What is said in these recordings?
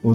我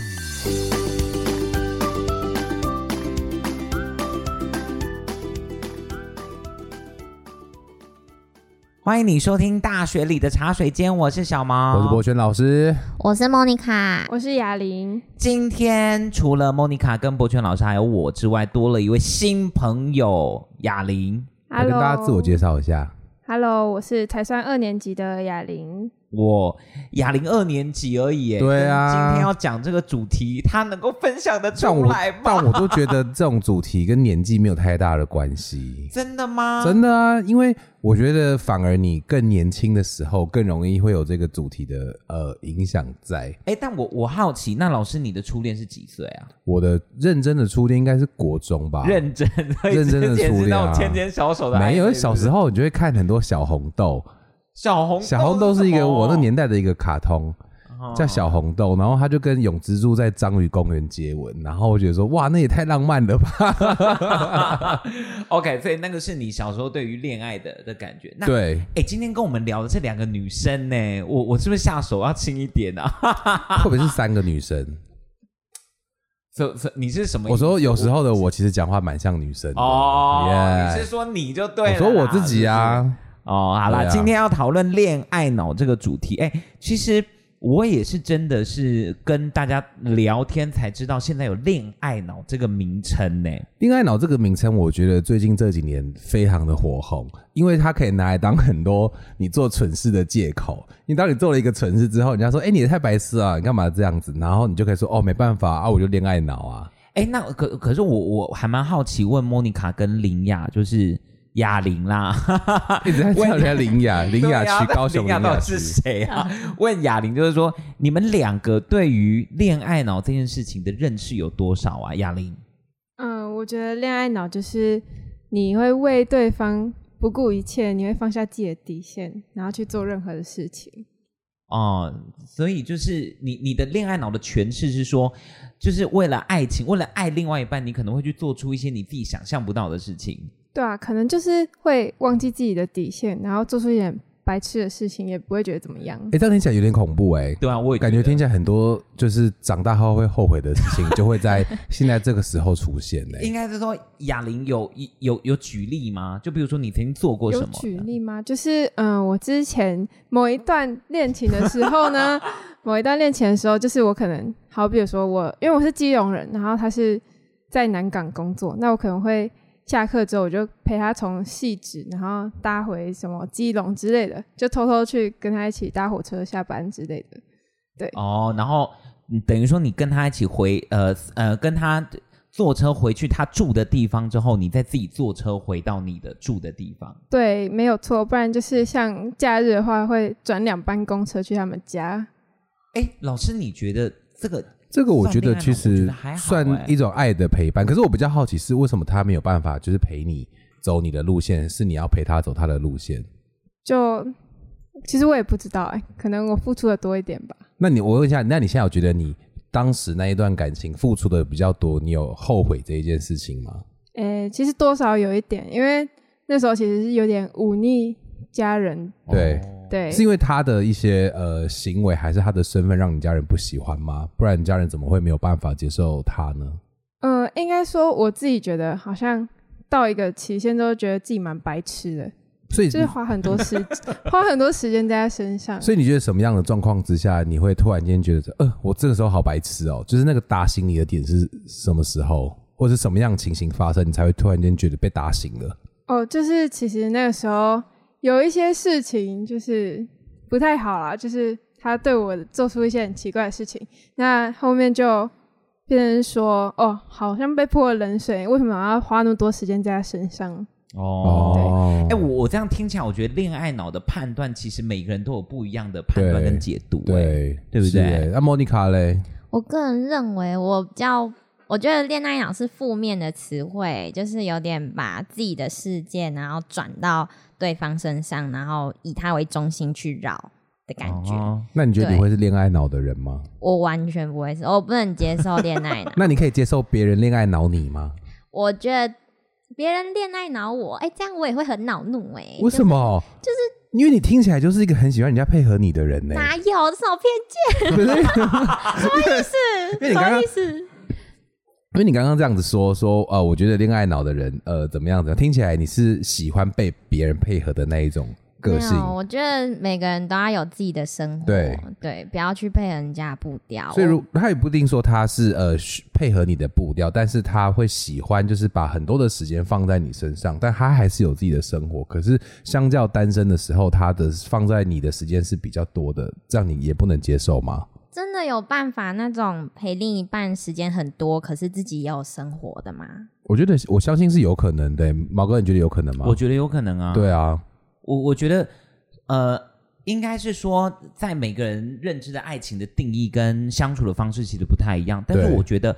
欢迎你收听《大学里的茶水间》，我是小毛，我是博轩老师，我是莫妮卡，我是雅玲，今天除了莫妮卡跟博泉老师还有我之外，多了一位新朋友雅玲。来跟大家自我介绍一下。 Hello，我是才算二年级的雅玲。我雅玲二年级而已耶，对啊跟今天要讲这个主题，她能够分享得但出我来吗？，但我都觉得这种主题跟年纪没有太大的关系真的吗？真的啊，因为我觉得反而你更年轻的时候，更容易会有这个主题的呃影响在。哎，但我我好奇，那老师你的初恋是几岁啊？我的认真的初恋应该是国中吧，认真，认真的初知恋啊道牵牵小手的爱哎没恋，有小时候候你就会看很多小红豆，小红哦小红豆是是一什个么哦我那个年代的一个卡通。叫小红豆，然后他就跟永之助在章鱼公园接吻，然后我觉得说哇，那也太浪漫了吧！ OK，所以那个是你小时候对于恋爱的的感觉。那对，哎、今天跟我们聊的这两个女生呢，我我是不是下手要轻一点啊？特别是三个女生，这这你是什么意我思？说有时候的我其实讲话蛮像女生的哦 yeah 你是说你就对了我啦，说我自己是不啊，是。哦，好啦，对啊今天要讨论恋爱脑这个主题。哎、其实我也是真的是跟大家聊天才知道，现在有恋爱脑这个名称呢。恋爱脑这个名称，我觉得最近这几年非常的火红，因为它可以拿来当很多你做蠢事的借口。你当你做了一个蠢事之后，人家说：“哎、你也太白痴了，你干嘛这样子？”然后你就可以说：“哦，没办法啊，我就恋爱脑啊。哎、那可可是我我还蛮好奇，问莫妮卡跟林雅，就是雅玲啦，”一直在叫人家林雅， 林雅对啊区，高雄林林雅到雅底区是谁啊？ 问雅玲就是说，你们两个对于恋爱脑这件事情的认识有多少啊？雅玲，嗯，我觉得恋爱脑就是你会为对方不顾一切，你会放下自己的底线，然后去做任何的事情。哦、所以就是你你的恋爱脑的诠释是说，就是为了爱情，为了爱另外一半，你可能会去做出一些你自己想象不到的事情。对啊，可能就是会忘记自己的底线，然后做出一点白痴的事情，也不会觉得怎么样。哎、这样听起来有点恐怖哎、对啊，我也感觉觉听起来很多就是长大后会后悔的事 情，就会在现在这个时候出现欸呢、应该是说雅玲有一有有举例吗？就比如说你曾经做过什有么？举例吗？就是嗯，我之前某一段恋情的时候呢，某一段恋情的时候，就是我可能好比说我，因为我是基隆人，然后他是在南港工作，那我可能会下课之后，我就陪他从汐止，然后搭回什么基隆之类的，就偷偷去跟他一起搭火车下班之类的。哦，然后嗯等于说你跟他一起回呃呃，跟他坐车回去他住的地方之后，你再自己坐车回到你的住的地方。对，没有错，不然就是像假日的话，会转两班公车去他们家。哎，老师，你觉得这个这个我算觉得恋爱其脑我觉实得还好算欸一种爱的陪伴，可是我比较好奇是为什么他没有办法就是陪你走你的路线，是你要陪他走他的路线。就其实我也不知道哎、可能我付出的多一点吧。那你我问一下，那你现在有觉得你当时那一段感情付出的比较多，你有后悔这一件事情吗？诶、其实多少有一点，因为那时候其实是有点忤逆家人，对哦对，是因为他的一些呃行为，还是他的身份让你家人不喜欢吗？不然你家人怎么会没有办法接受他呢？嗯、应该说我自己觉得好像到一个期限之后，觉得自己蛮白痴的，所以就是花很多 时花很多时间在他身上。所以你觉得什么样的状况之下，你会突然间觉得，呃，我这个时候好白痴哦？就是那个打醒你的点是什么时候，或者是什么样的情形发生，你才会突然间觉得被打醒了？哦，就是其实那个时候有一些事情就是不太好啦，就是他对我做出一些很奇怪的事情，那后面就变成说，哦，好像被泼了冷水，为什么要花那么多时间在他身上？哦。哎，我我这样听起来，我觉得恋爱脑的判断，其实每个人都有不一样的判断对跟解读。哎，对对不是对耶那莫妮卡嘞？我个人认为，我比较，我觉得恋爱脑是负面的词汇，就是有点把自己的事件，然后转到对方身上，然后以他为中心去绕。的感觉。哦那你觉得你对会是恋爱脑的人吗？我完全不会是，我不能接受恋爱脑。那你可以接受别人恋爱脑你吗？我觉得别人恋爱脑我，哎、这样我也会很恼怒哎、为什么？就是因为你听起来就是一个很喜欢人家配合你的人呢、哪有这种对偏 不对？因为见？你什刚么刚意思？因为你刚刚这样子说说，呃，我觉得恋爱脑的人，呃，怎么样子？听起来你是喜欢被别人配合的那一种个性没。有，我觉得每个人都要有自己的生活，对不要去配合人家的步调。所以我如他也不一定说他是呃需配合你的步调，但是他会喜欢就是把很多的时间放在你身上，但他还是有自己的生活。可是相较单身的时候，他的放在你的时间是比较多的，这样你也不能接受吗？真的有办法那种陪另一半时间很多，可是自己也有生活的吗？我觉得我相信是有可能的、毛哥，你觉得有可能吗？我觉得有可能啊。对啊，我我觉得，呃，应该是说，在每个人认知的爱情的定义跟相处的方式其实不太一样。但是对我觉得，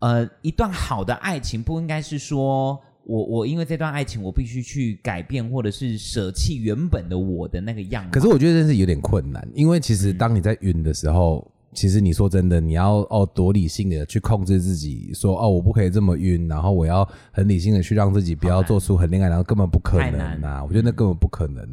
呃，一段好的爱情不应该是说我我因为这段爱情我必须去改变或者是舍弃原本的我的那个样貌。可是我觉得这是有点困难，因为其嗯实当你在晕的时候，其实你说真的，你要哦多理性的去控制自己，说哦我不可以这么晕，然后我要很理性的去让自己不要做出很恋爱，然后根本不可太能啊！难嗯我觉得那根本不可能。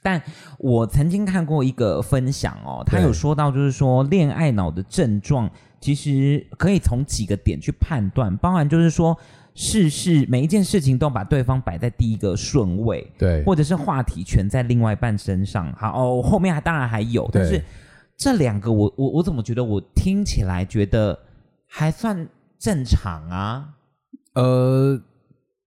但我曾经看过一个分享哦，他对有说到，就是说恋爱脑的症状，其实可以从几个点去判断，包含就是说事事每一件事情都把对方摆在第一个顺位，对，或者是话题权在另外一半身上。好，哦、后面还当然还有，对但是这两个我我我怎么觉得我听起来觉得还算正常啊？呃，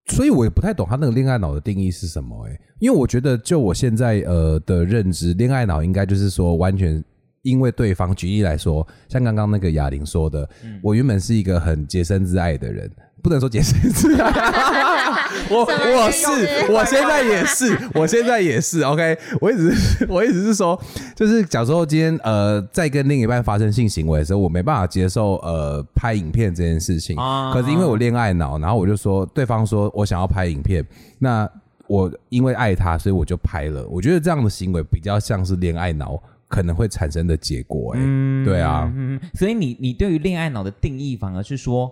所以我也不太懂他那个恋爱脑的定义是什么、欸，因为我觉得就我现在呃的认知，恋爱脑应该就是说完全。因为对方，举例来说，像刚刚那个哑铃说的，嗯我原本是一个很洁身自爱的人，不能说洁身自 爱，我什么我意是思我现在也是，我现在也是，OK，我一直是我一直是说，就是假如说今天呃在跟另一半发生性行为的时候，我没办法接受呃拍影片这件事情，啊可是因为我恋爱脑，然后我就说对方说我想要拍影片，那我因为爱他，所以我就拍了。我觉得这样的行为比较像是恋爱脑可能会产生的结果、欸，对啊，嗯，所以你你对于恋爱脑的定义反而是说，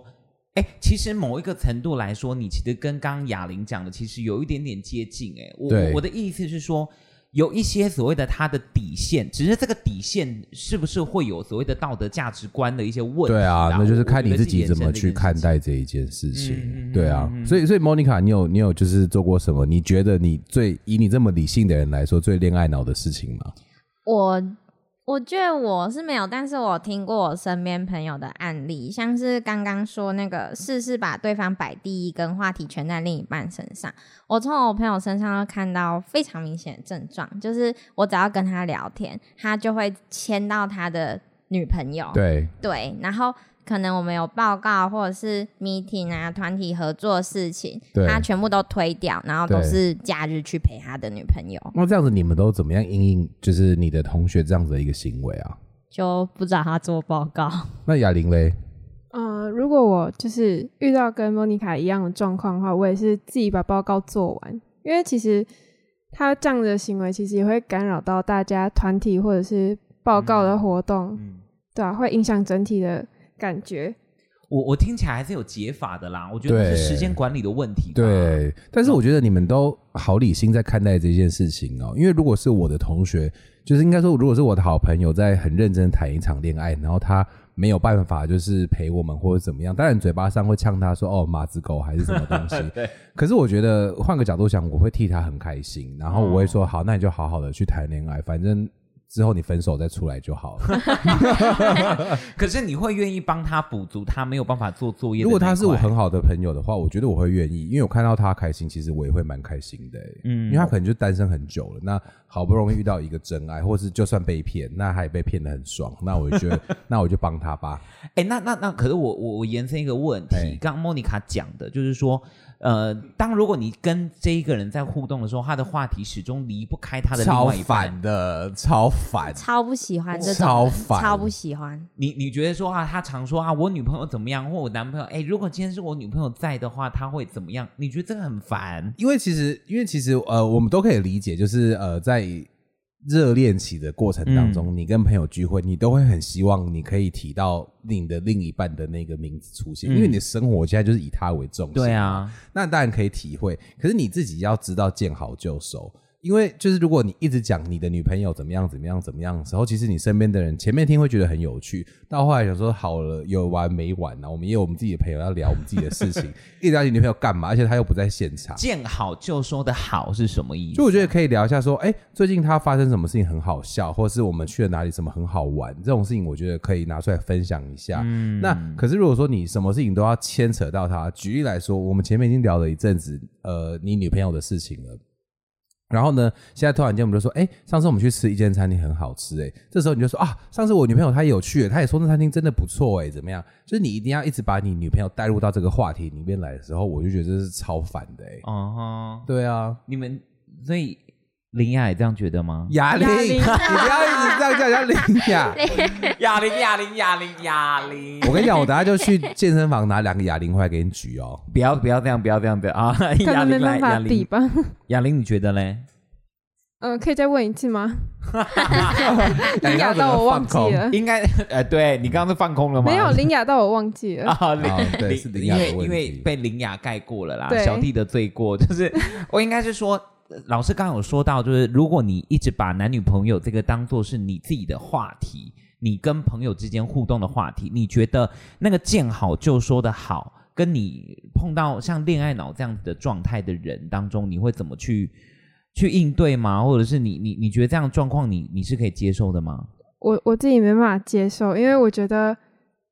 哎，其实某一个程度来说，你其实跟刚刚哑铃讲的其实有一点点接近、诶哎，我对我我的意思是说。有一些所谓的他的底线，只是这个底线是不是会有所谓的道德价值观的一些问题、对啊，那就是我看觉你得自是己延怎伸么的一去件看事待这一件事情。嗯嗯对啊，嗯嗯嗯所以所以 Monica，你有你有就是做过什么？你觉得你最以你这么理性的人来说，最恋爱脑的事情吗？我我觉得我是没有，但是我听过我身边朋友的案例，像是刚刚说那个事是把对方摆第一，跟话题全在另一半身上。我从我朋友身上都看到非常明显的症状，就是我只要跟他聊天，他就会牵到他的女朋啊友。对，对，然后可能我们有报告或者是 meeting 啊，团体合作的事情对，他全部都推掉，然后都对是假日去陪他的女朋友，那这样子你们都怎么样应应？就是你的同学这样子的一个行为啊？就不找他做报告。那哑铃嘞？呃，如果我就是遇到跟莫妮卡一样的状况的话，我也是自己把报告做完，因为其实他这样的行为其实也会干扰到大家团体或者是报告的活动，嗯对啊，会影响整体的感觉。我我听起来还是有解法的啦，我觉得是对时间管理的问题吧。对，啊但是我觉得你们都好理性在看待这件事情哦，因为如果是我的同学，就是应该说，如果是我的好朋友在很认真地谈一场恋爱，然后他没有办法就是陪我们或者怎么样，当然嘴巴上会呛他说哦马子狗还是什么东西，对，可是我觉得换个角度想，我会替他很开心，然后我会说好，那你就好好的去谈恋爱，反正之后你分手再出来就好了。可是你会愿意帮他补足他没有办法做作业的那一块？如果他是我很好的朋友的话，我觉得我会愿意，因为我看到他开心，其实我也会蛮开心的、嗯，嗯因为他可能就单身很久了，那好不容易遇到一个真爱，或是就算被骗，那他也被骗得很爽，那我就 觉得，那我就帮他吧。哎，那那那，可是我我我延伸一个问哎题，刚刚莫妮卡讲的，就是说，呃，当如果你跟这一个人在互动的时候，他的话题始终离不开他的另超外一半，烦的，超烦， 超不喜欢这种人，超烦超不喜欢。你你觉得说啊，他常说啊，我女朋友怎么样，或我男朋友，哎，如果今天是我女朋友在的话，他会怎么样？你觉得这个很烦？因为其实，因为其实，呃，我们都可以理解，就是呃，在热恋期的过程当嗯中，你跟朋友聚会，你都会很希望你可以提到你的另一半的那个名字出现，嗯因为你的生活现在就是以他为重心。对，啊，那当然可以体会，可是你自己要知道见好就收。因为就是如果你一直讲你的女朋友怎么样怎么样怎么样的时候，其实你身边的人前面听会觉得很有趣，到后来想说好了有完没完啊？我们也有我们自己的朋友要聊我们自己的事情，一直聊你女朋友干嘛？而且她又不在现场，见好就收的好是什么意思？就我觉得可以聊一下，说，哎、最近他发生什么事情很好笑，或是我们去了哪里什么很好玩，这种事情我觉得可以拿出来分享一嗯下。啊那可是如果说你什么事情都要牵扯到他，举例来说，我们前面已经聊了一阵子，呃，你女朋友的事情了。然后呢？现在突然间我们就说，哎、上次我们去吃一间餐厅很好吃、诶哎，这时候你就说啊，上次我女朋友她也有去，她也说那餐厅真的不错、诶哎，怎么样？就是你一定要一直把你女朋友带入到这个话题里面来的时候，我就觉得这是超烦的、诶哎、哦、对啊，你们所以林雅也这样觉得吗？哑铃，哑 你铃不要一直这样叫人家铃 哑。哑铃，哑铃，哑铃，哑铃。我跟你讲，我等下就去健身房拿两个哑铃回来给你 举哦。不要不要这样，不要这样的啊！可哑能没铃来，办哑法比铃，吧。 哑铃，你觉得嘞？嗯，可以再问一次吗？哑林铃哎要雅怎么到我忘放记空？了，应该，呃，对你刚刚是放空了吗？没有林雅到我忘记了。 啊， 啊 林，对，是铃哑的因为问因为题。被林雅盖过了啦，对小弟的罪过 就是我应该是说。呃老师刚刚有说到，就是如果你一直把男女朋友这个当做是你自己的话题，你跟朋友之间互动的话题，你觉得那个见好就说的好，跟你碰到像恋爱脑这样子的状态的人当中，你会怎么去去应对吗？或者是你你你觉得这样的状况你你是可以接受的吗？我我自己没办法接受，因为我觉得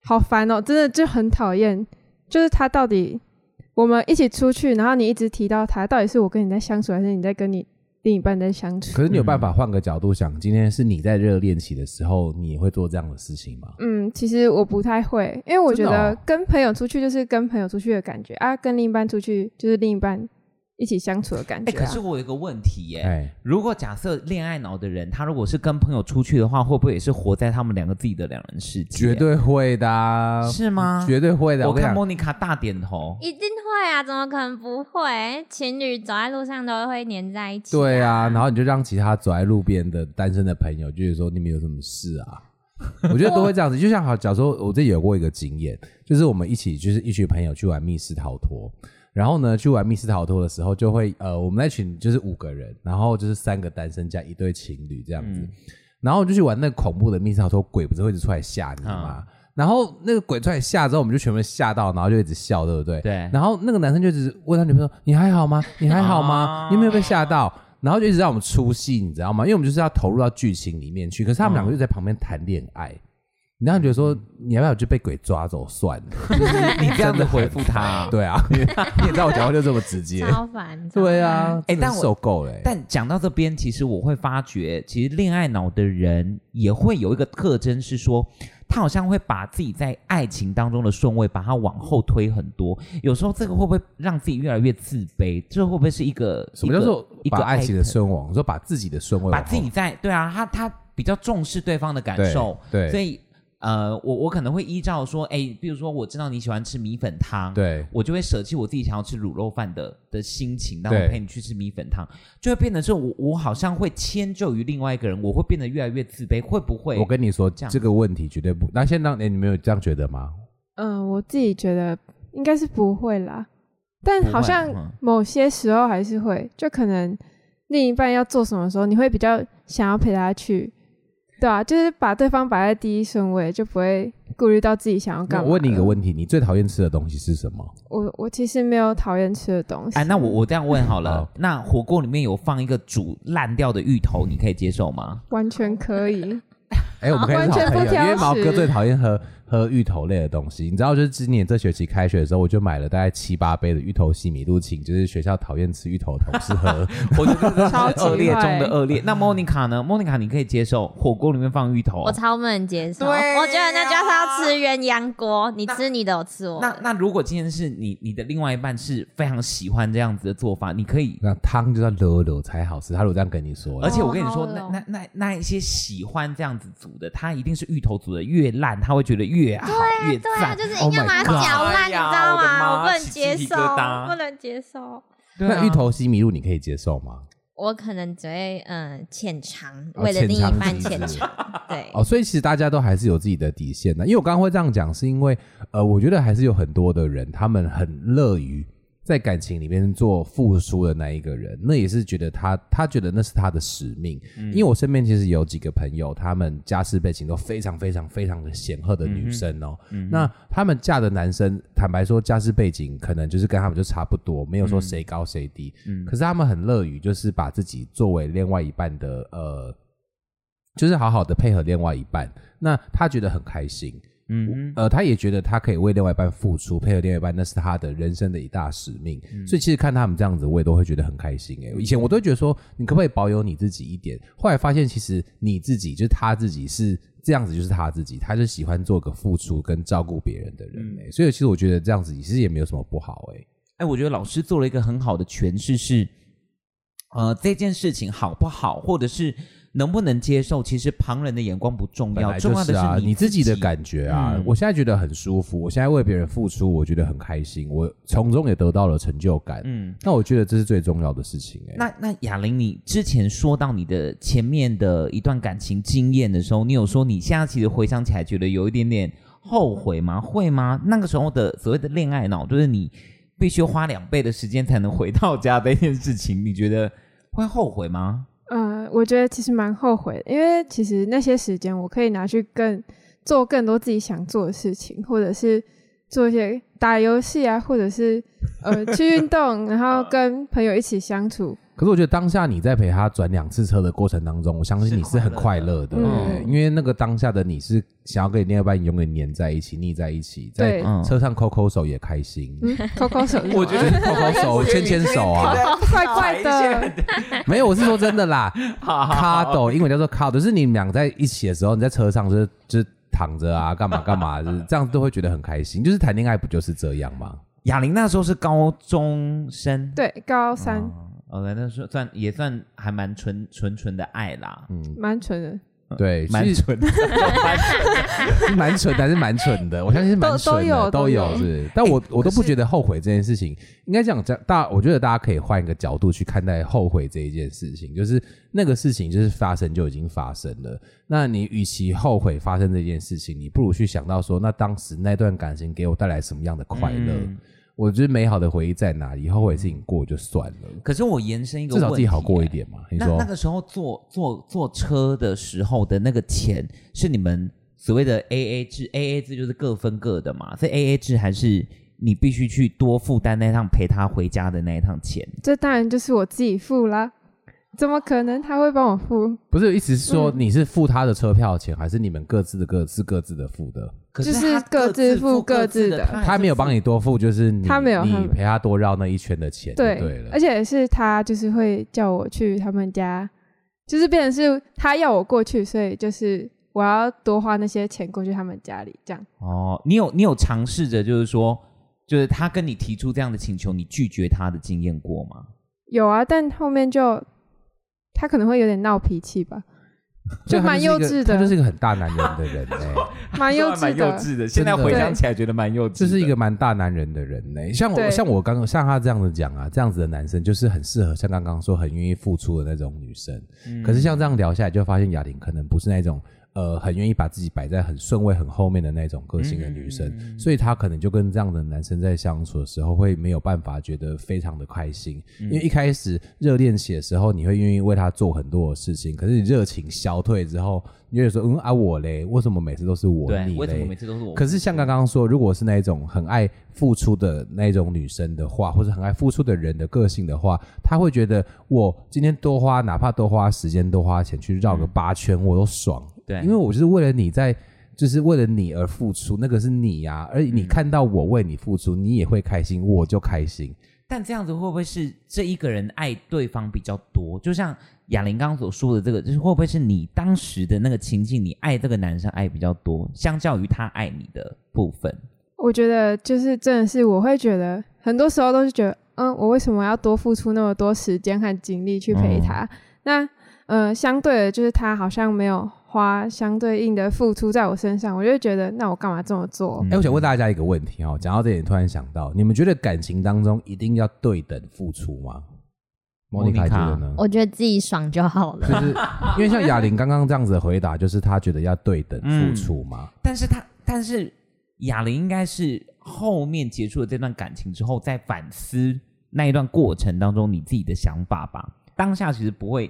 好烦哦，真的就很讨厌。就是他到底我们一起出去，然后你一直提到他，到底是我跟你在相处，还是你在跟你另一半在相处？可是你有办法换个角度想，今天是你在热恋期的时候，你会做这样的事情吗？嗯，其实我不太会，因为我觉真的得哦跟朋友出去就是跟朋友出去的感觉啊，跟另一半出去就是另一半一起相处的感哎、觉、啊。可是我有一个问题耶、哎，如果假设恋爱脑的人，他如果是跟朋友出去的话，会不会也是活在他们两个自己的两人世界？绝对会的啊，是吗？绝对会的。啊我我跟你看讲，莫妮卡大点头，一定会啊，怎么可能不会？情侣走在路上都会黏在一起、对啊，啊，然后你就让其他走在路边的单身的朋友，就是说你们有什么事啊？我觉得都会这样子。就像好，假如说我自己有过一个经验，就是我们一起就是一群朋友去玩密室逃脱，然后呢去玩密室逃脱的时候，就会呃我们那群就是五个人，然后就是三个单身加一对情侣这样子，然后就去玩那个恐怖的密室逃脱，鬼不是会一直出来吓你吗？嗯然后那个鬼出来吓之后，我们就全部吓到，然后就一直笑，对不对？对然后那个男生就只问他女朋友：“你还 好吗？你还好吗？啊你有没有被吓到？”然后就一直让我们出戏，你知道吗？因为我们就是要投入到剧情里面去。可是他们两个就在旁边谈恋爱，你当时觉得嗯说你要不要就被鬼抓走算了？ 你这样子回复他、对啊， 你你也知道我讲话就这么 直接，超烦。超对啊，哎真的但我受够了、但讲到这边，其实我会发觉，其实恋爱脑的人也会有一个特征是说，他好像会把自己在爱情当中的顺位把它往后推很多。有时候这个会不会让自己越来越自卑？这会不会是一个什么叫做一个把爱情的 icon 顺往？你说把自己的顺位往把后，自己在对啊，他他比较重视对方的感对受，对所以呃，我我可能会依照说，哎、比如说我知道你喜欢吃米粉汤，，对我就会舍弃我自己想要吃卤肉饭的的心情，然后对陪你去吃米粉汤，就会变得是我我好像会迁就于另外一个人，我会变得越来越自卑，会不会？我跟你说，这样这个问题绝对不。那现在，哎，你们有这样觉得吗？嗯，我自己觉得应该是不会啦，但不会好像嗯某些时候还是会，就可能另一半要做什么的时候，你会比较想要陪他去，对啊，就是把对方摆在第一顺位，就不会顾虑到自己想要干那嘛。我问你一个我，问题，你最讨厌吃的东西是什么？我我其实没有讨厌吃的东西。啊哎、那我我这样问好了，好那火锅里面有放一个煮烂掉的芋头，你可以接受吗？完全可以， 哎、我们可以啊是完好全朋不友，因为毛挑食哥最讨厌喝喝芋头类的东西。你知道，就是今年这学期开学的时候，我就买了大概七八杯的芋头西米露，请就是学校讨厌吃芋头的同 事喝。 我觉得这是超级恶劣中的坏恶劣。那莫妮卡呢？莫妮卡，你可以接受火锅里面放芋头？啊我超不能接受，我觉得那就是要啊吃鸳鸯锅，你吃你的，我吃我那的。那如果今天是你你的另外一半是非常喜欢这样子的做法，你可以，那汤就是要热热才好吃。他如果这样跟你说，而且我跟你好说，恶那哦那那那一些喜欢这样子煮的，他一定是芋头煮的越烂，他会觉得越好越对啊，赞就。是 Oh 硬要 my 把它 God 搅烂，你知道哎呀我的吗？妈我不能接起鸡受，皮疙瘩不能接受。对啊那芋头西米露你可以接受吗？我可能只会嗯浅尝，哦为了另一半浅浅尝即止尝，对，哦，所以其实大家都还是有自己的底线的。因为我刚刚会这样讲，是因为呃，我觉得还是有很多的人，他们很乐于在感情里面做付出的那一个人，那也是觉得他他觉得那是他的使命。因为我身边其实有几个朋友，他们家世背景都非常非常非常的显赫的女生哦，那他们嫁的男生，坦白说家世背景可能就是跟他们就差不多，没有说谁高谁低，嗯可是他们很乐于就是把自己作为另外一半的呃。就是好好的配合另外一半，那他觉得很开心，嗯呃，他也觉得他可以为另外一半付出，配合另外一半，那是他的人生的一大使命。所以其实看他们这样子，我也都会觉得很开心、欸。以前我都会觉得说，你可不可以保有你自己一点？后来发现，其实你自己就是他自己是这样子，就是他自己，他就喜欢做个付出跟照顾别人的人、欸。所以其实我觉得这样子其实也没有什么不好、欸。哎，我觉得老师做了一个很好的诠释是，呃，这件事情好不好，或者是能不能接受，其实旁人的眼光不重本要，来重要就是啊，的是你自己己的。感觉啊。嗯我现在觉得很舒服，我现在为别人付出，我觉得很开心，我从中也得到了成就感。嗯，那我觉得这是最重要的事情、欸。那那雅玲，你之前说到你的前面的一段感情经验的时候，你有说你现在其实回想起来觉得有一点点后悔吗？会吗？那个时候的所谓的恋爱脑，就是你必须花两倍的时间才能回到家的一件事情，你觉得会后悔 吗？呃，我觉得其实蛮后悔的，因为其实那些时间我可以拿去更做更多自己想做的事情，或者是做一些打游戏啊，或者是呃去运 动，然后跟朋友一起相处。可是我觉得当下你在陪他转两次车的过程当中，我相信你是很快乐的，是快乐的嗯对因为那个当下的你是想要跟你另外一半永远黏在一起、腻在一起，在对，嗯车上抠抠手也开心， 嗯，抠抠手是什么，抠抠手、牵牵手 啊，怪怪的，没有，我是说真的啦。好好好 卡斗，英文叫做卡斗，就是你们俩在一起的时候，你在车上就是就是躺着啊，干嘛干嘛，就是这样都会觉得很开心。就是谈恋爱不就是这样吗？雅玲那时候是高中生，对，高哦，三，OK，那时候算也算还蛮纯纯纯的爱啦，嗯，蛮蠢的，对，蛮是纯的。是 蛮蠢的，还是蛮蠢的？我相信是蛮蠢都的，都有有都有是。但哎我我都不觉得后悔这件事情，应该讲讲大，我觉得大家可以换一个角度去看待后悔这一件事情，就是那个事情就是发生就已经发生了。那你与其后悔发生这件事情，你不如去想到说，那当时那段感情给我带来什么样的快乐？嗯我觉得美好的回忆在哪里？后悔的事情过就算了，可是我延伸一个至问题，啊少自己好过一。点嘛。你那说那个时候坐坐坐车的时候的那个钱是你们所谓的 A A 制，A A 制就是各分各的嘛，所以 A A 制还是你必须去多负担那趟陪他回家的那一趟钱。这当然就是我自己付啦，怎么可能他会帮我付？不是意思嗯是说你是付他的车票钱，还是你们各自的各自各自的付的？可就是是他各各自付付各自自的他他没有帮你。你多付，就是你他没有他你没有陪他多绕那一圈的钱，对，对了而。且是他就是会叫我去他们家，就是变成是他要我过去，所以就是我要多花那些钱过去他们家里，这样哦，你有你有尝试着就是说，就是他跟你提出这样的请求，你拒绝他的经验过吗？有啊。但后面就他可能会有点闹脾气吧，所就以他蛮是一个幼稚的他就是一个很大男人的人哎，蛮 幼蛮稚幼的。稚的，现在回想起来觉得蛮幼稚的。这是一个蛮大男人的人呢。像我对像我刚刚像他这样子讲啊，这样子的男生就是很适合像刚刚说很愿意付出的那种女生。嗯可是像这样聊下来，就发现雅婷可能不是那种呃很愿意把自己摆在很顺位很后面的那种个性的女生，嗯所以她可能就跟这样的男生在相处的时候会没有办法觉得非常的开心，嗯因为一开始热恋期的时候，你会愿意为他做很多的事情，可是你热情消退之后，你就会说嗯啊我嘞，为什么每次都是我对，你为什么每嘞？次都是我？可是像刚刚说，如果是那一种很爱付出的那种女生的话，或者很爱付出的人的个性的话，她会觉得我今天多花，哪怕多花时间、多花钱去绕个八圈，我都爽。对，因为我就是为了你在，就是为了你而付出，那个是你呀、而你看到我为你付出，你也会开心，我就开心。但这样子会不会是这一个人爱对方比较多？就像雅玲刚刚所说的这个，就是会不会是你当时的那个情境，你爱这个男生爱比较多，相较于他爱你的部分？我觉得就是真的是我会觉得很多时候都是觉得，嗯，我为什么要多付出那么多时间和精力去陪他？那呃，相对的，就是他好像没有花相对应的付出在我身上，我就会觉得，那我干嘛这么做？哎、我想问大家一个问题哦，讲到这里，突然想到，你们觉得感情当中一定要对等付出吗？莫妮卡 Monica 觉得呢？我觉得自己爽就好了就。是因为像哑铃刚刚这样子的回答，就是她觉得要对等付嗯出嘛。但是他，但是哑铃应该是后面结束了这段感情之后，在反思那一段过程当中你自己的想法吧。当下其实不会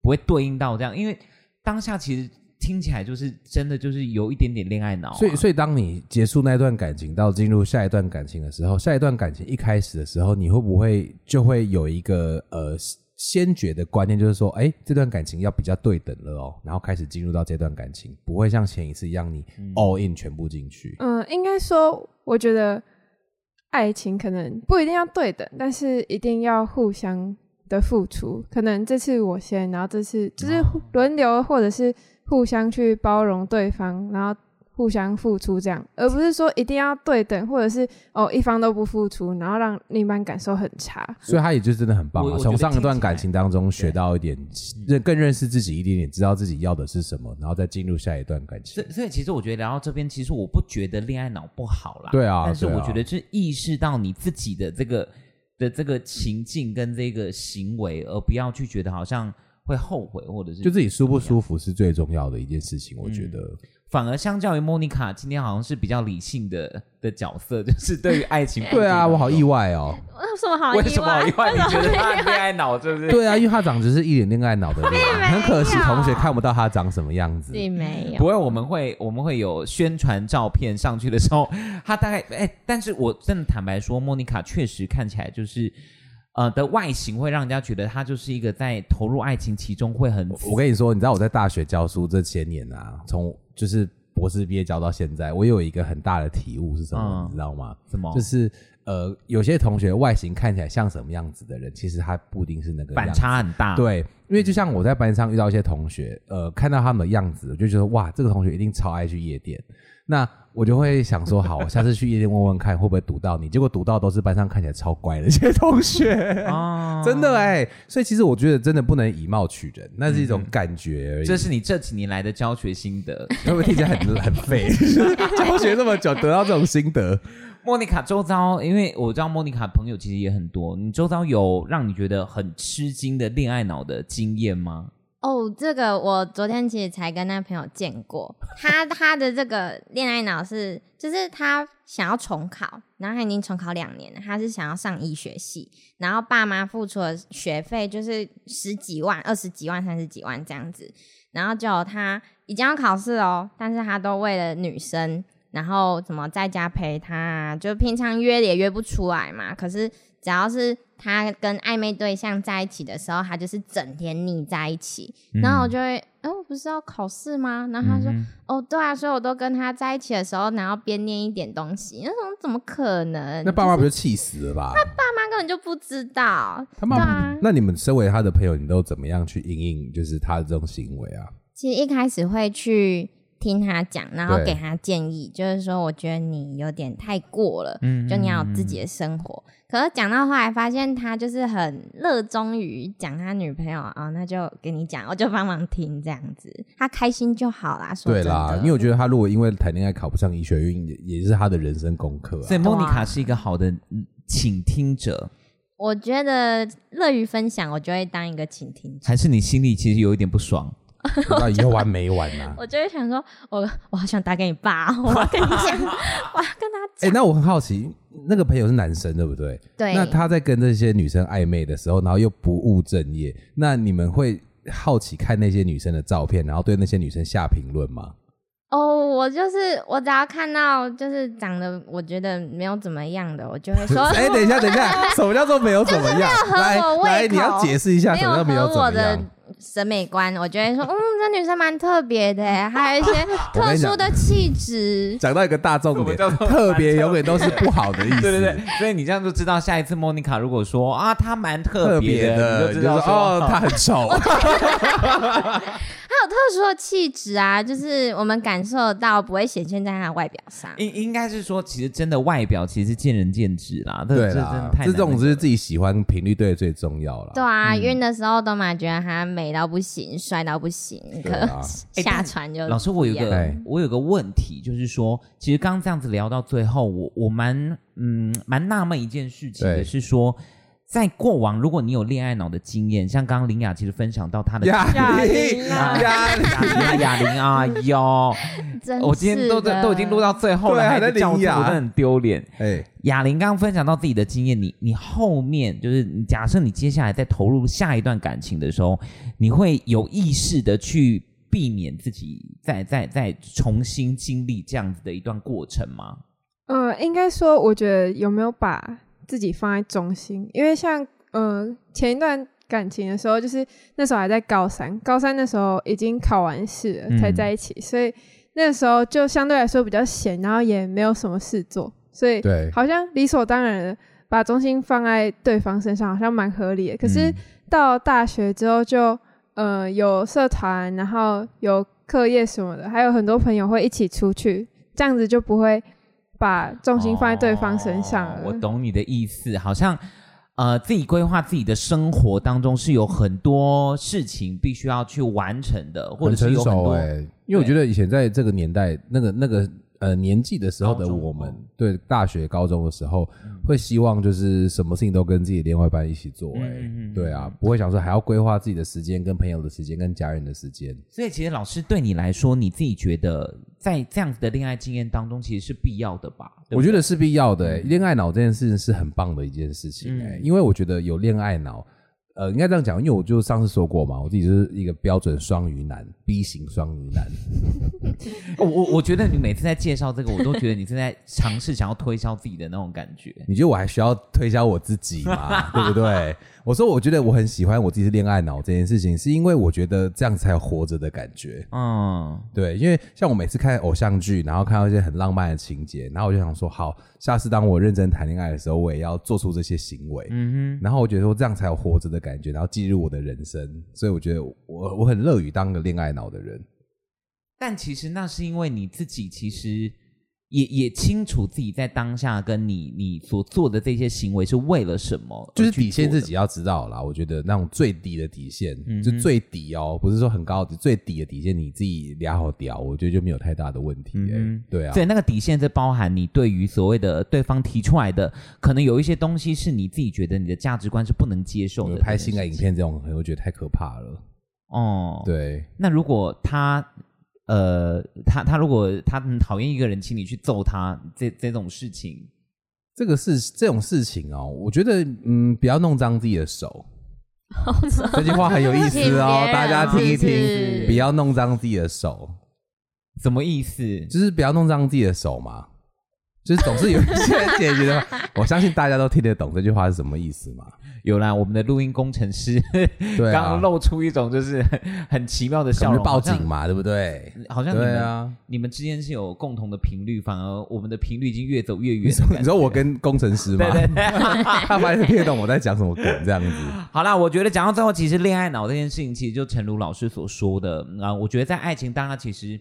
不会对应到这样，因为当下其实听起来就是真的就是有一点点恋爱脑啊、所以，所以当你结束那段感情，到进入下一段感情的时候，下一段感情一开始的时候，你会不会就会有一个呃先决的观念，就是说，哎，这段感情要比较对等了哦，然后开始进入到这段感情，不会嗯像前一次一样你 all in 全部进去。嗯，应该说，我觉得爱情可能不一定要对等，但是一定要互相的付出。可能这次我先，然后这次就是互轮流，或者是互相去包容对方，然后互相付出这样，而不是说一定要对等，或者是哦一方都不付出，然后让另一半感受很差。所以他也就真的很棒、我啊，我觉从得上一听段起感来情当中学对到一点，嗯认更认识自己一点点，知道自己要的是什么，然后再进入下一段感所。情以所以其实我觉得聊到这边，其实我不觉得恋爱脑不好啦。对啊但是对啊我觉得是意识到你自己的这个的这个情境跟这个行为，而不要去觉得好像会后悔，或者是就自己舒不服。舒服是最重要的一件事情，我觉嗯得。反而相较于莫妮卡，今天好像是比较理性的的角色，就是对于爱情。对啊，我好意。外哦。有什么好为意什么好外？意外？为你什么觉得好他意外 恋爱脑是 不是？对啊，因为他长只是一脸恋爱脑的脸，没有很可惜同学看不到他长什么样子。并没不有。会，我们会我们会有宣传照片上去的时候， 他大概哎、但是我真的坦白说，莫妮卡确实看起来就是，呃的外形会让人家觉得她就是一个在投入爱情其中会很我跟你说，你知道我在大学教书这些年啊，从就是博士毕业教到现在，我有一个很大的体悟是什么，嗯你知道吗？什么就是呃，有些同学外形看起来像什么样子的人，其实他不一定是那个反样子差很大。，对，因为就像我在班上遇到一些同学，呃，看到他们的样子，我就觉得哇，这个同学一定超爱去夜店。那我就会想说，好，我下次去夜店问问看会不会堵到你。结果堵到都是班上看起来超乖的一些同学， 哦真的哎、所以其实我觉得真的不能以貌取人，那是一种感觉而已。这是你这几年来的教学心 得。会不会听起来很很废？ 教学这么久，得到这种心得，莫妮卡周遭，因为我知道莫妮卡朋友其实也很多，你周遭有让你觉得很吃惊的恋爱脑的经验吗？哦，这个我昨天其实才跟那朋友见过，他他的这个恋爱脑是，就是他想要重考，然后他已经重考两年了，他是想要上医学系，然后爸妈付出的学费就是十几万、二十几万、三十几万这样子，然后就他已经要考试哦，但是他都为了女生，然后怎么在家陪她啊，就平常约也约不出来嘛，可是只要是他跟暧昧对象在一起的时候，他就是整天腻在一起。嗯然后我就会，哦，不是要考试吗？然后他说，哦，对啊，所以我都跟他在一起的时候，然后边念一点东西。那种怎么可能？那爸妈就不是就气死了吧？爸妈根本就不知道。他妈对啊，那你们身为他的朋友，你都怎么样去应应就是他的这种行为啊？其实一开始会去听他讲，然后对给他建议，就是说我觉得你有点太过了，嗯就你要有自己的生活。可是讲到后来，发现他就是很热衷于讲他女朋友啊、哦那就给你讲，我就帮忙听这样子，他开心就好啦。说对哦真啦的，因为我觉得他如果因为谈恋爱考不上医学院，也也是他的人生功课、所以啊。莫妮卡是一个好的嗯倾听者，我觉得乐于分享，我就会当一个倾听者。还是你心里其实有一点不爽？不知道以后完没完啊？ 我就会想说，我我好想打给你爸哦，我要跟你 讲，我要跟他哎、讲。那我很好奇，那个朋友是男生对不对？对，那他在跟这些女生暧昧的时候，然后又不务正业，那你们会好奇看那些女生的照片，然后对那些女生下评论 吗？哦，我就是我只要看到就是长得我觉得没有怎么样的，我就会说 哎、等一下， 等一下，什么叫做没有怎么样？合来我胃来，你要口解释一下什么叫没有合怎我么的样？审美观，我觉得说，嗯，这女生蛮特别的，欸还有一些 我跟特你讲殊的气质。讲到一个大重点，什么叫做特别永远都是不好的意 思。对对对，所以你这样就知道，下一次莫妮卡如果说啊，她蛮特特别的，的，你就你知就说道说哦，他很丑。他有特殊的气质啊，就是我们感受得到，不会显现在他的外表上。应应该是说，其实真的外表其实见仁见智啦，这对这真的啦太，这难种了就是自己喜欢频率对的最重要啦。对啊，晕的时候都嘛觉得她美到不行，帅到不行，对可 啊下船就哎老师，我有不一个样哎我有个问题，就是说，其实刚刚这样子聊到最后，我我蛮嗯蛮纳闷一件事情对的是说，在过往，如果你有恋爱脑的经验，像刚刚林雅其实分享到她的 压压力力啊啊哑 铃哑铃啊哟！真我今天都是的都已经录到最后对了，啊还还在叫我铃做哑我真的很丢脸。哎，哑铃刚刚分享到自己的经验，你你后面就是你假设你接下来在投入下一段感情的时候，你会有意识的去避免自己再再再重新经历这样子的一段过程吗？呃，应该说，我觉得有没有把自己放在中心？因为像呃前一段感情的时候，就是那时候还在高三，高三那时候已经考完试了、嗯才在一起，所以那时候就相对来说比较闲，然后也没有什么事做，所以对好像理所当然的把中心放在对方身上，好像蛮合理的。可是嗯到大学之后就，呃有社团，然后有课业什么的，还有很多朋友会一起出去，这样子就不会把重心放在对方身上哦了。我懂你的意思，好像呃，自己规划自己的生活当中是有很多事情必须要去完成的，或者很是成有很熟多。哎、因为我觉得以前在这个年代，那个那个呃年纪的时候的高中我们哦，嗯对大学、高中的时候，会希望就是什么事情都跟自己的另外一半一起做、嗯哎、嗯嗯对啊，不会想说还要规划自己的时间、跟朋友的时间、跟家人的时间。所以其实老师对你来说，你自己觉得在这样子的恋爱经验当中，其实是必要的吧？对不我觉对得是必要的、欸。恋爱脑这件事情是很棒的一件事情、欸，嗯因为我觉得有恋爱脑，呃，应该这样讲，因为我就上次说过嘛，我自己就是一个标准双鱼男，B 型双鱼 男。我我我觉得你每次在介绍这个，我都觉得你是在尝试想要推销自己的那种感觉。你觉得我还需要推销我自己 吗？对不对？我说，我觉得我很喜欢我自己是恋爱脑这件事情，是因为我觉得这样才有活着的感觉。嗯，对，因为像我每次看偶像剧，然后看到一些很浪漫的情节，然后我就想说，好，下次当我认真谈恋爱的时候，我也要做出这些行为。嗯然后我觉得说这样才有活着的感觉，然后记录我的人生，所以我觉得我我很乐于当个恋爱脑的人。哦但其实那是因为你自己其实也也清楚自己在当下跟你你所做的这些行为是为了什么，就是底线自己。要知道啦，我觉得那种最低的底线，嗯哼就最低哦，不是说很高的，最低的底线你自己俩好屌，我觉得就没有太大的问题、欸。嗯哼对啊，对，那个底线是包含你对于所谓的对方提出来的，可能有一些东西是你自己觉得你的价值观是不能接受我的。拍这件性爱事影情片这种，我觉得太可怕了。哦，。对，那如果他呃，他他如果他很讨厌一个人，请你去揍他，这这种事情，这个事这种事情哦，我觉得嗯，不要弄脏自己的手。这句话很有意 思请别人啊哦，大家听一是听，不是不要弄脏自己的手。什么意思？就是不要弄脏自己的手嘛。就是总是有一些人解决的， 我相信大家都听得懂这句话是什么意思嘛？有啦，我们的录音工程师对刚啊刚，露出一种就是很很奇妙的我笑们容，就报好像警。嘛，对不对？好像你对们、啊，你们之间是有共同的频率，反而我们的频率已经越走越你远的说感觉。你说我跟工程师嘛，对对对， 他反正听得懂我在讲什么梗这样子。好啦，我觉得讲到最后，其实恋爱脑这件事情，其实就诚如老师所说的啊、我觉得在爱情当中，其实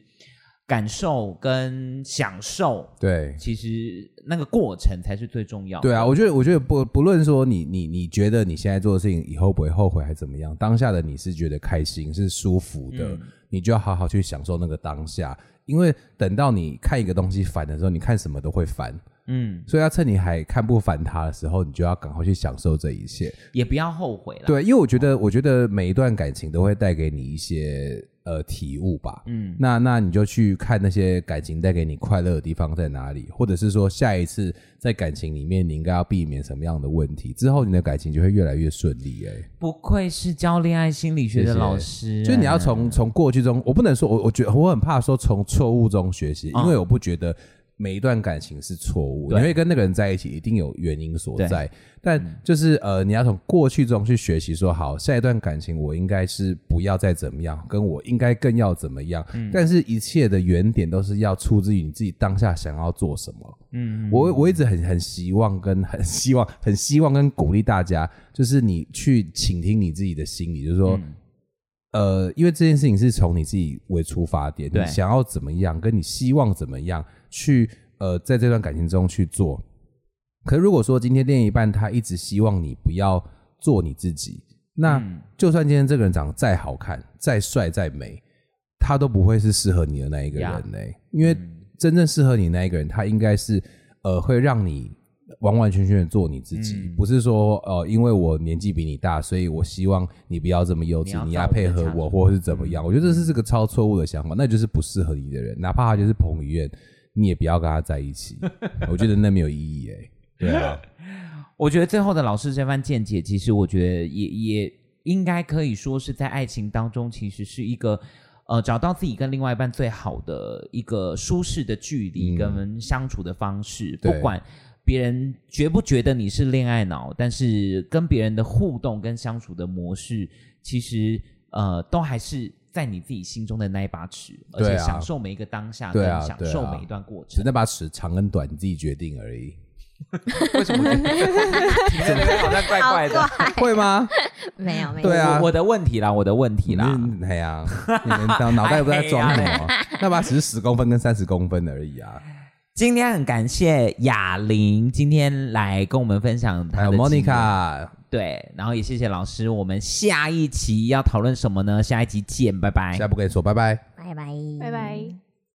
感受跟享受，对其实那个过程才是最重要的。对啊，我觉得我觉得不不论说你你你觉得你现在做的事情以后不会后悔还怎么样，当下的你是觉得开心是舒服的，嗯你就要好好去享受那个当下，因为等到你看一个东西烦的时候，你看什么都会烦。嗯，所以要趁你还看不烦他的时候，你就要赶快去享受这一切。也不要后悔了。，对，因为我觉得，我觉得每一段感情都会带给你一些呃体悟吧。嗯，那那你就去看那些感情带给你快乐的地方在哪里，或者是说下一次在感情里面你应该要避免什么样的问题，之后你的感情就会越来越顺利、欸。不愧是教恋爱心理学的谢谢老师、啊就是你要从从过去中，我不能说我我觉得我很怕说从错误中学习，嗯因为我不觉得每一段感情是错误，对你会跟那个人在一起一定有原因所对嗯在，但就是呃，你要从过去中去学习说，好，下一段感情我应该是不要再怎么样，跟我应该更要怎么样，嗯但是一切的原点都是要出自于你自己当下想要做什么。嗯，我我一直很很希望跟很希望很希望跟鼓励大家，就是你去倾听你自己的心理，就是说，嗯呃，因为这件事情是从你自己为出发点，对你想要怎么样，跟你希望怎么样去呃，在这段感情中去做。可是如果说今天另一半他一直希望你不要做你自己，那嗯就算今天这个人长得再好看、再帅、再美，他都不会是适合你的那一个人欸呀嗯呢、因为真正适合你那一个人，他应该是呃会让你完完全全的做你自己，嗯不是说呃，因为我年纪比你大，所以我希望你不要这么幼你稚要，照嗯你要我的配合价值我，或是怎么样。我觉得这是这个超错误的想法，那就是不适合你的人，哪怕他就是彭于晏，你也不要跟他在 一起。我觉得那没有意义哎、对啊，我觉得最后的老师这番见解，其实我觉得也也应该可以说是在爱情当中，其实是一个呃找到自己跟另外一半最好的一个舒适的距离嗯跟相处的方式，对不管。别人觉不觉得你是恋爱脑，但是跟别人的互动跟相处的模式，其实呃都还是在你自己心中的那一把尺，而且对啊享受每一个当下，对跟啊享对啊受每一段过只程那。把尺长跟短你自己决定而 已，为什么我觉得你这个好像怪好怪的？会吗？没有没有，对啊我我的问题啦，我的问题啦。嗯，哎 呀，你们脑脑袋不知道在装什么，那把尺是十公分跟三十公分而已啊。今天很感谢雅玲今天来跟我们分享还她有的经验 Monica，对，然后也谢谢老师。我们下一期要讨论什么呢？下一集见，拜拜。下一步跟你说拜拜。拜拜，拜拜。